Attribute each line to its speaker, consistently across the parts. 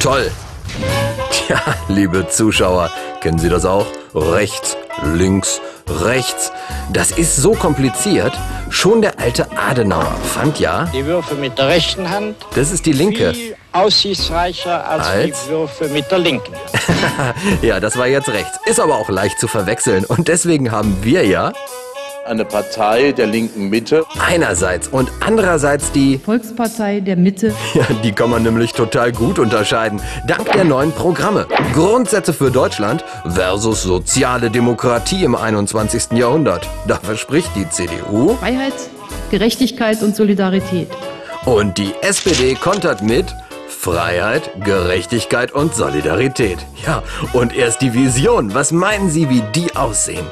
Speaker 1: Toll. Tja, liebe Zuschauer, kennen Sie das auch? Rechts, links, rechts. Das ist so kompliziert. Schon der alte Adenauer fand ja,
Speaker 2: Die Würfe mit der rechten Hand
Speaker 1: das ist die linke.
Speaker 2: viel aussichtsreicher als,
Speaker 1: Als?
Speaker 2: die Würfe mit der linken.
Speaker 1: ja, das war jetzt rechts. Ist aber auch leicht zu verwechseln. Und deswegen haben wir ja
Speaker 3: eine Partei der linken Mitte.
Speaker 1: einerseits und andererseits die
Speaker 4: Volkspartei der Mitte.
Speaker 1: Ja, die kann man nämlich total gut unterscheiden. Dank der neuen Programme. Grundsätze für Deutschland versus soziale Demokratie im 21. Jahrhundert. Da verspricht die CDU
Speaker 4: Freiheit, Gerechtigkeit und Solidarität.
Speaker 1: und die SPD kontert mit Freiheit, Gerechtigkeit und Solidarität. Ja, und erst die Vision. Was meinen Sie, wie die aussehen?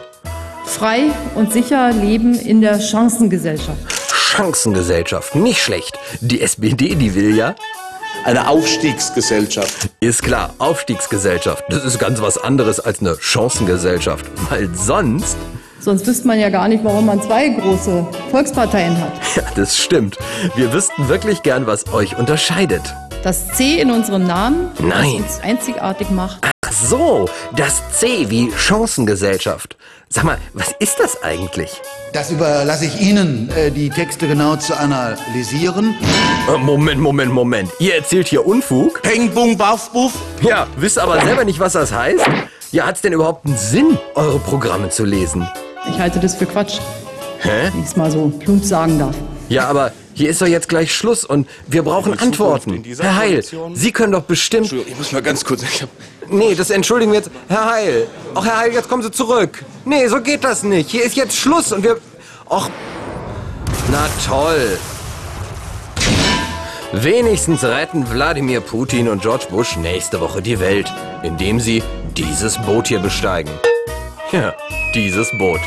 Speaker 4: Frei und sicher leben in der Chancengesellschaft.
Speaker 1: Chancengesellschaft, nicht schlecht. Die SPD, die will ja
Speaker 3: Eine Aufstiegsgesellschaft.
Speaker 1: Ist klar, Aufstiegsgesellschaft, das ist ganz was anderes als eine Chancengesellschaft, weil sonst
Speaker 4: Sonst wüsste man ja gar nicht, warum man zwei große Volksparteien hat.
Speaker 1: Ja, das stimmt. Wir wüssten wirklich gern, was euch unterscheidet.
Speaker 4: Das C in unserem Namen,
Speaker 1: Nein.
Speaker 4: das uns einzigartig macht.
Speaker 1: Ach so, das C wie Chancengesellschaft. Sag mal, was ist das eigentlich?
Speaker 5: Das überlasse ich Ihnen, äh, die Texte genau zu analysieren.
Speaker 1: Äh, Moment, Moment, Moment. Ihr erzählt hier Unfug?
Speaker 3: Peng, bung, baff, buff.
Speaker 1: Ja, wisst aber selber nicht, was das heißt? Ja, hat's denn überhaupt einen Sinn, eure Programme zu lesen?
Speaker 4: Ich halte das für Quatsch,
Speaker 1: Hä?
Speaker 4: wenn ich es mal so plump sagen darf.
Speaker 1: Ja, aber hier ist doch jetzt gleich Schluss und wir brauchen Antworten. Herr Heil, Sie können doch bestimmt...
Speaker 3: Ich muss mal ganz kurz. Ich hab
Speaker 1: Nee, das entschuldigen wir jetzt. Herr Heil. Ach, Herr Heil, jetzt kommen Sie zurück. Nee, so geht das nicht. Hier ist jetzt Schluss und wir. Och. Na toll. Wenigstens retten Wladimir Putin und George Bush nächste Woche die Welt, indem sie dieses Boot hier besteigen. Ja, dieses Boot.